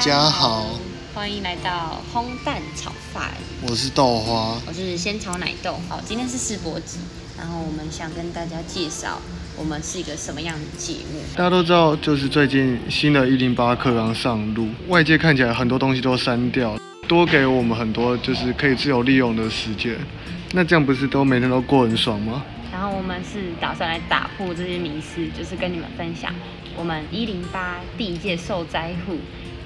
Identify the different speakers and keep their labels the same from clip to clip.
Speaker 1: 家好，
Speaker 2: 欢迎来到烘蛋炒饭，
Speaker 1: 我是豆花。
Speaker 2: 我是鲜炒奶豆。好，今天是世博集，然后我们想跟大家介绍我们是一个什么样的节目。
Speaker 1: 大家都知道，就是最近新的一零八课纲上路，外界看起来很多东西都删掉，多给我们很多就是可以自由利用的时间。那这样不是都每天都过很爽吗？
Speaker 2: 然后我们是打算来打破这些迷思，就是跟你们分享我们一零八第一届受灾户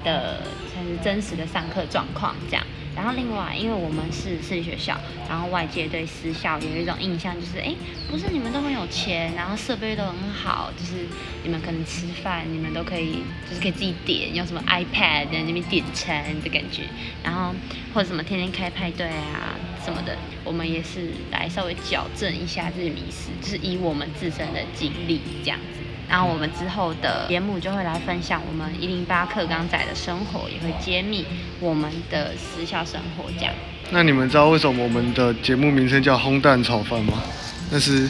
Speaker 2: 的，算是真实的上课状况这样。然后另外，因为我们是私立学校，然后外界对私校有一种印象，就是哎，不是你们都很有钱，然后设备都很好，就是你们可能吃饭，你们都可以，就是可以自己点，用什么 iPad 在那边点餐的感觉，然后或者什么天天开派对啊什么的，我们也是来稍微矫正一下这些迷思，就是以我们自身的经历这样子。然后我们之后的节目就会来分享我们一零八课纲仔的生活，也会揭秘我们的私校生活这样。
Speaker 1: 那你们知道为什么我们的节目名称叫烘蛋炒饭吗？那是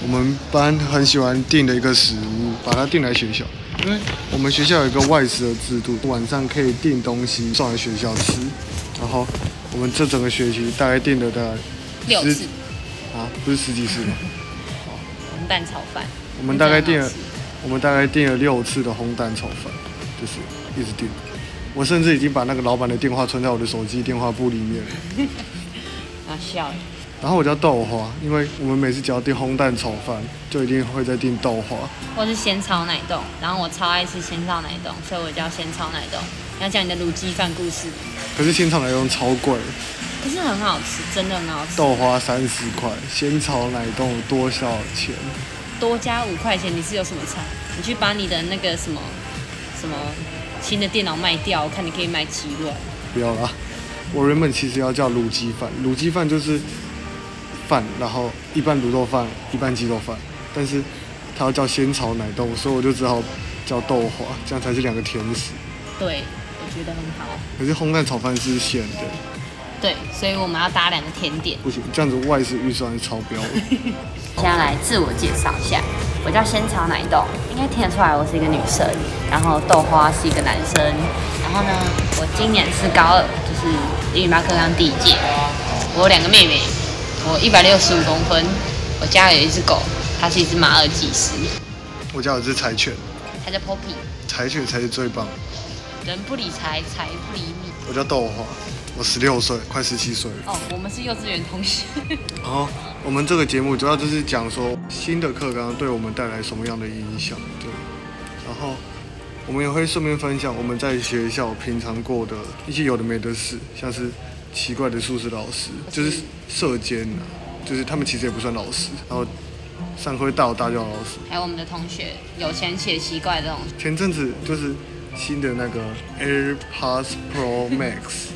Speaker 1: 我们班很喜欢订的一个食物，把它订来学校，因为我们学校有一个外食的制度，晚上可以订东西送来学校吃。然后我们这整个学期大概订了大概
Speaker 2: 六
Speaker 1: 十
Speaker 2: 次
Speaker 1: 啊，不是十几 次吧？
Speaker 2: 红蛋炒饭，
Speaker 1: 我们大概订
Speaker 2: 真
Speaker 1: 了
Speaker 2: 的很好吃，
Speaker 1: 我们大概订了六次的烘蛋炒饭，就是一直订。我甚至已经把那个老板的电话存在我的手机电话簿里面了。
Speaker 2: 啊笑了。
Speaker 1: 然后我叫豆花，因为我们每次只要订烘蛋炒饭，就一定会再订豆花。
Speaker 2: 或是鲜炒奶冻，然后我超爱吃鲜炒奶冻，所以我叫鲜炒奶冻。要讲你的卤鸡饭故事，
Speaker 1: 可是现场奶冻超贵，
Speaker 2: 可是很好吃，真的很好吃。
Speaker 1: 豆花三十块，鲜炒奶冻多少钱？
Speaker 2: 多加五块钱，你是有什么差？你去把你的那个什么什么新的电脑卖掉，我看你可以卖几万。
Speaker 1: 不要啦，我原本其实要叫卤鸡饭，卤鸡饭就是饭，然后一半卤肉饭，一半鸡肉饭，但是它要叫鲜炒奶冻，所以我就只好叫豆花，这样才是两个甜食。
Speaker 2: 对，我觉得很好。
Speaker 1: 可是烘蛋炒饭是咸的，
Speaker 2: 对，所以我们要搭两个甜点。
Speaker 1: 不行，这样子外食预算超标了。
Speaker 2: 现在来自我介绍一下，我叫仙草奶冻，应该听得出来我是一个女生，然后豆花是一个男生，然后呢，我今年是高二，就是英语八课纲第一届，我有两个妹妹，我一百六十五公分，我家有一只狗，它是一只马尔济斯，
Speaker 1: 我家有只柴犬，
Speaker 2: 它叫 Poppy，
Speaker 1: 柴犬才是最棒的。
Speaker 2: 人不理财，财不理你。
Speaker 1: 我叫豆花，我十六岁，快十七岁了。
Speaker 2: 哦，我们是幼稚园同学。
Speaker 1: 然后我们这个节目主要就是讲说新的课纲对我们带来什么样的影响，对。然后我们也会顺便分享我们在学校平常过的一些有的没的事，像是奇怪的数学老师，就是社监啊，就是他们其实也不算老师，然后上课会大吼大叫的老师。
Speaker 2: 还有我们的同学，有钱且奇怪的同学，
Speaker 1: 前阵子就是新的那个 AirPods Pro Max，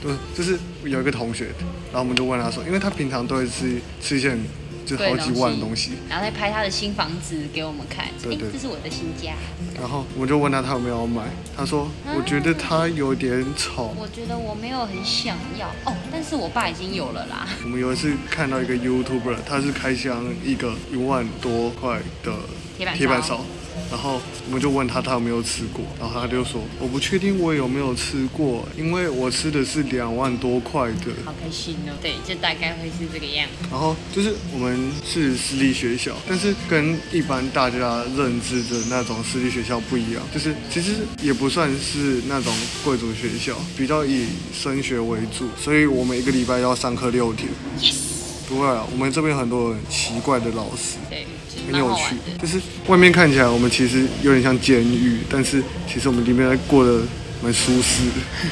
Speaker 1: 对，就是有一个同学，然后我们就问他说，因为他平常都会吃吃一些很就好几万的东西，
Speaker 2: 然后再拍他的新房子给我们看，
Speaker 1: 对
Speaker 2: 诶
Speaker 1: 对
Speaker 2: 这是我的新家。
Speaker 1: 然后我就问他他有没有买，他说我觉得他有点吵。
Speaker 2: 我觉得我没有很想要哦，但是我爸已经有了啦。
Speaker 1: 我们有一次看到一个 YouTuber，他是开箱一个一万多块的
Speaker 2: 铁板烧
Speaker 1: 铁板烧，然后我们就问他他有没有吃过，然后他就说我不确定我有没有吃过，因为我吃的是两万多块的。
Speaker 2: 好开心哦！对，就大概会是这个样子。
Speaker 1: 然后就是我们是私立学校，但是跟一般大家认知的那种私立学校不一样，就是其实也不算是那种贵族学校，比较以升学为主，所以我们一个礼拜要上课六天。不会啊，我们这边很多很奇怪的老师，
Speaker 2: 对，就是
Speaker 1: 很
Speaker 2: 蛮
Speaker 1: 有
Speaker 2: 好
Speaker 1: 趣
Speaker 2: 玩。的。
Speaker 1: 就是外面看起来我们其实有点像监狱，但是其实我们里面过得蛮舒适的。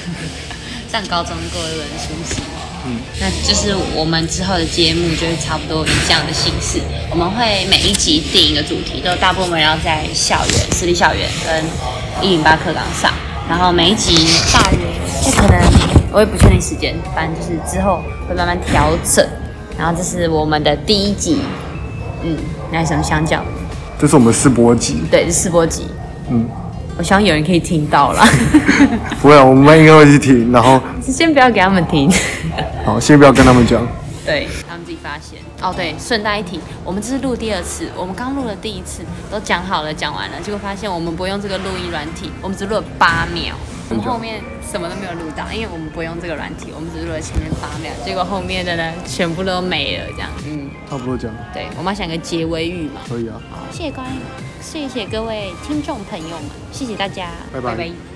Speaker 2: 上高中过得很舒适。嗯，那就是我们之后的节目就会差不多以这样的形式，我们会每一集定一个主题，都大部分围绕在校园、私立校园跟一零八课纲上，然后每一集大约就可能我也不确定时间，反正就是之后会慢慢调整。然后这是我们的第一集，嗯，那什么香蕉？
Speaker 1: 这是我们世博集，
Speaker 2: 对，是试播集。
Speaker 1: 嗯，
Speaker 2: 我希望有人可以听到啦，
Speaker 1: 不会啊，我们班应该会去听，然后
Speaker 2: 先不要给他们听。
Speaker 1: 好，先不要跟他们讲。
Speaker 2: 对，他们自己发现。哦，对，顺带一提，我们这是录第二次，我们刚录了第一次，都讲好了，讲完了，结果发现我们不用这个录音软体，我们只录了八秒，我
Speaker 3: 真
Speaker 2: 们
Speaker 3: 假
Speaker 2: 后面什么都没有录到，因为我们不用这个软体，我们只录了前面八秒，结果后面的呢全部都没了，这样，嗯，
Speaker 1: 差不多这样
Speaker 2: 对，我们要想个结尾语嘛，
Speaker 1: 可以啊。
Speaker 2: 好，谢谢观，谢谢各位听众朋友们，谢谢大家，
Speaker 1: 拜拜
Speaker 2: 拜拜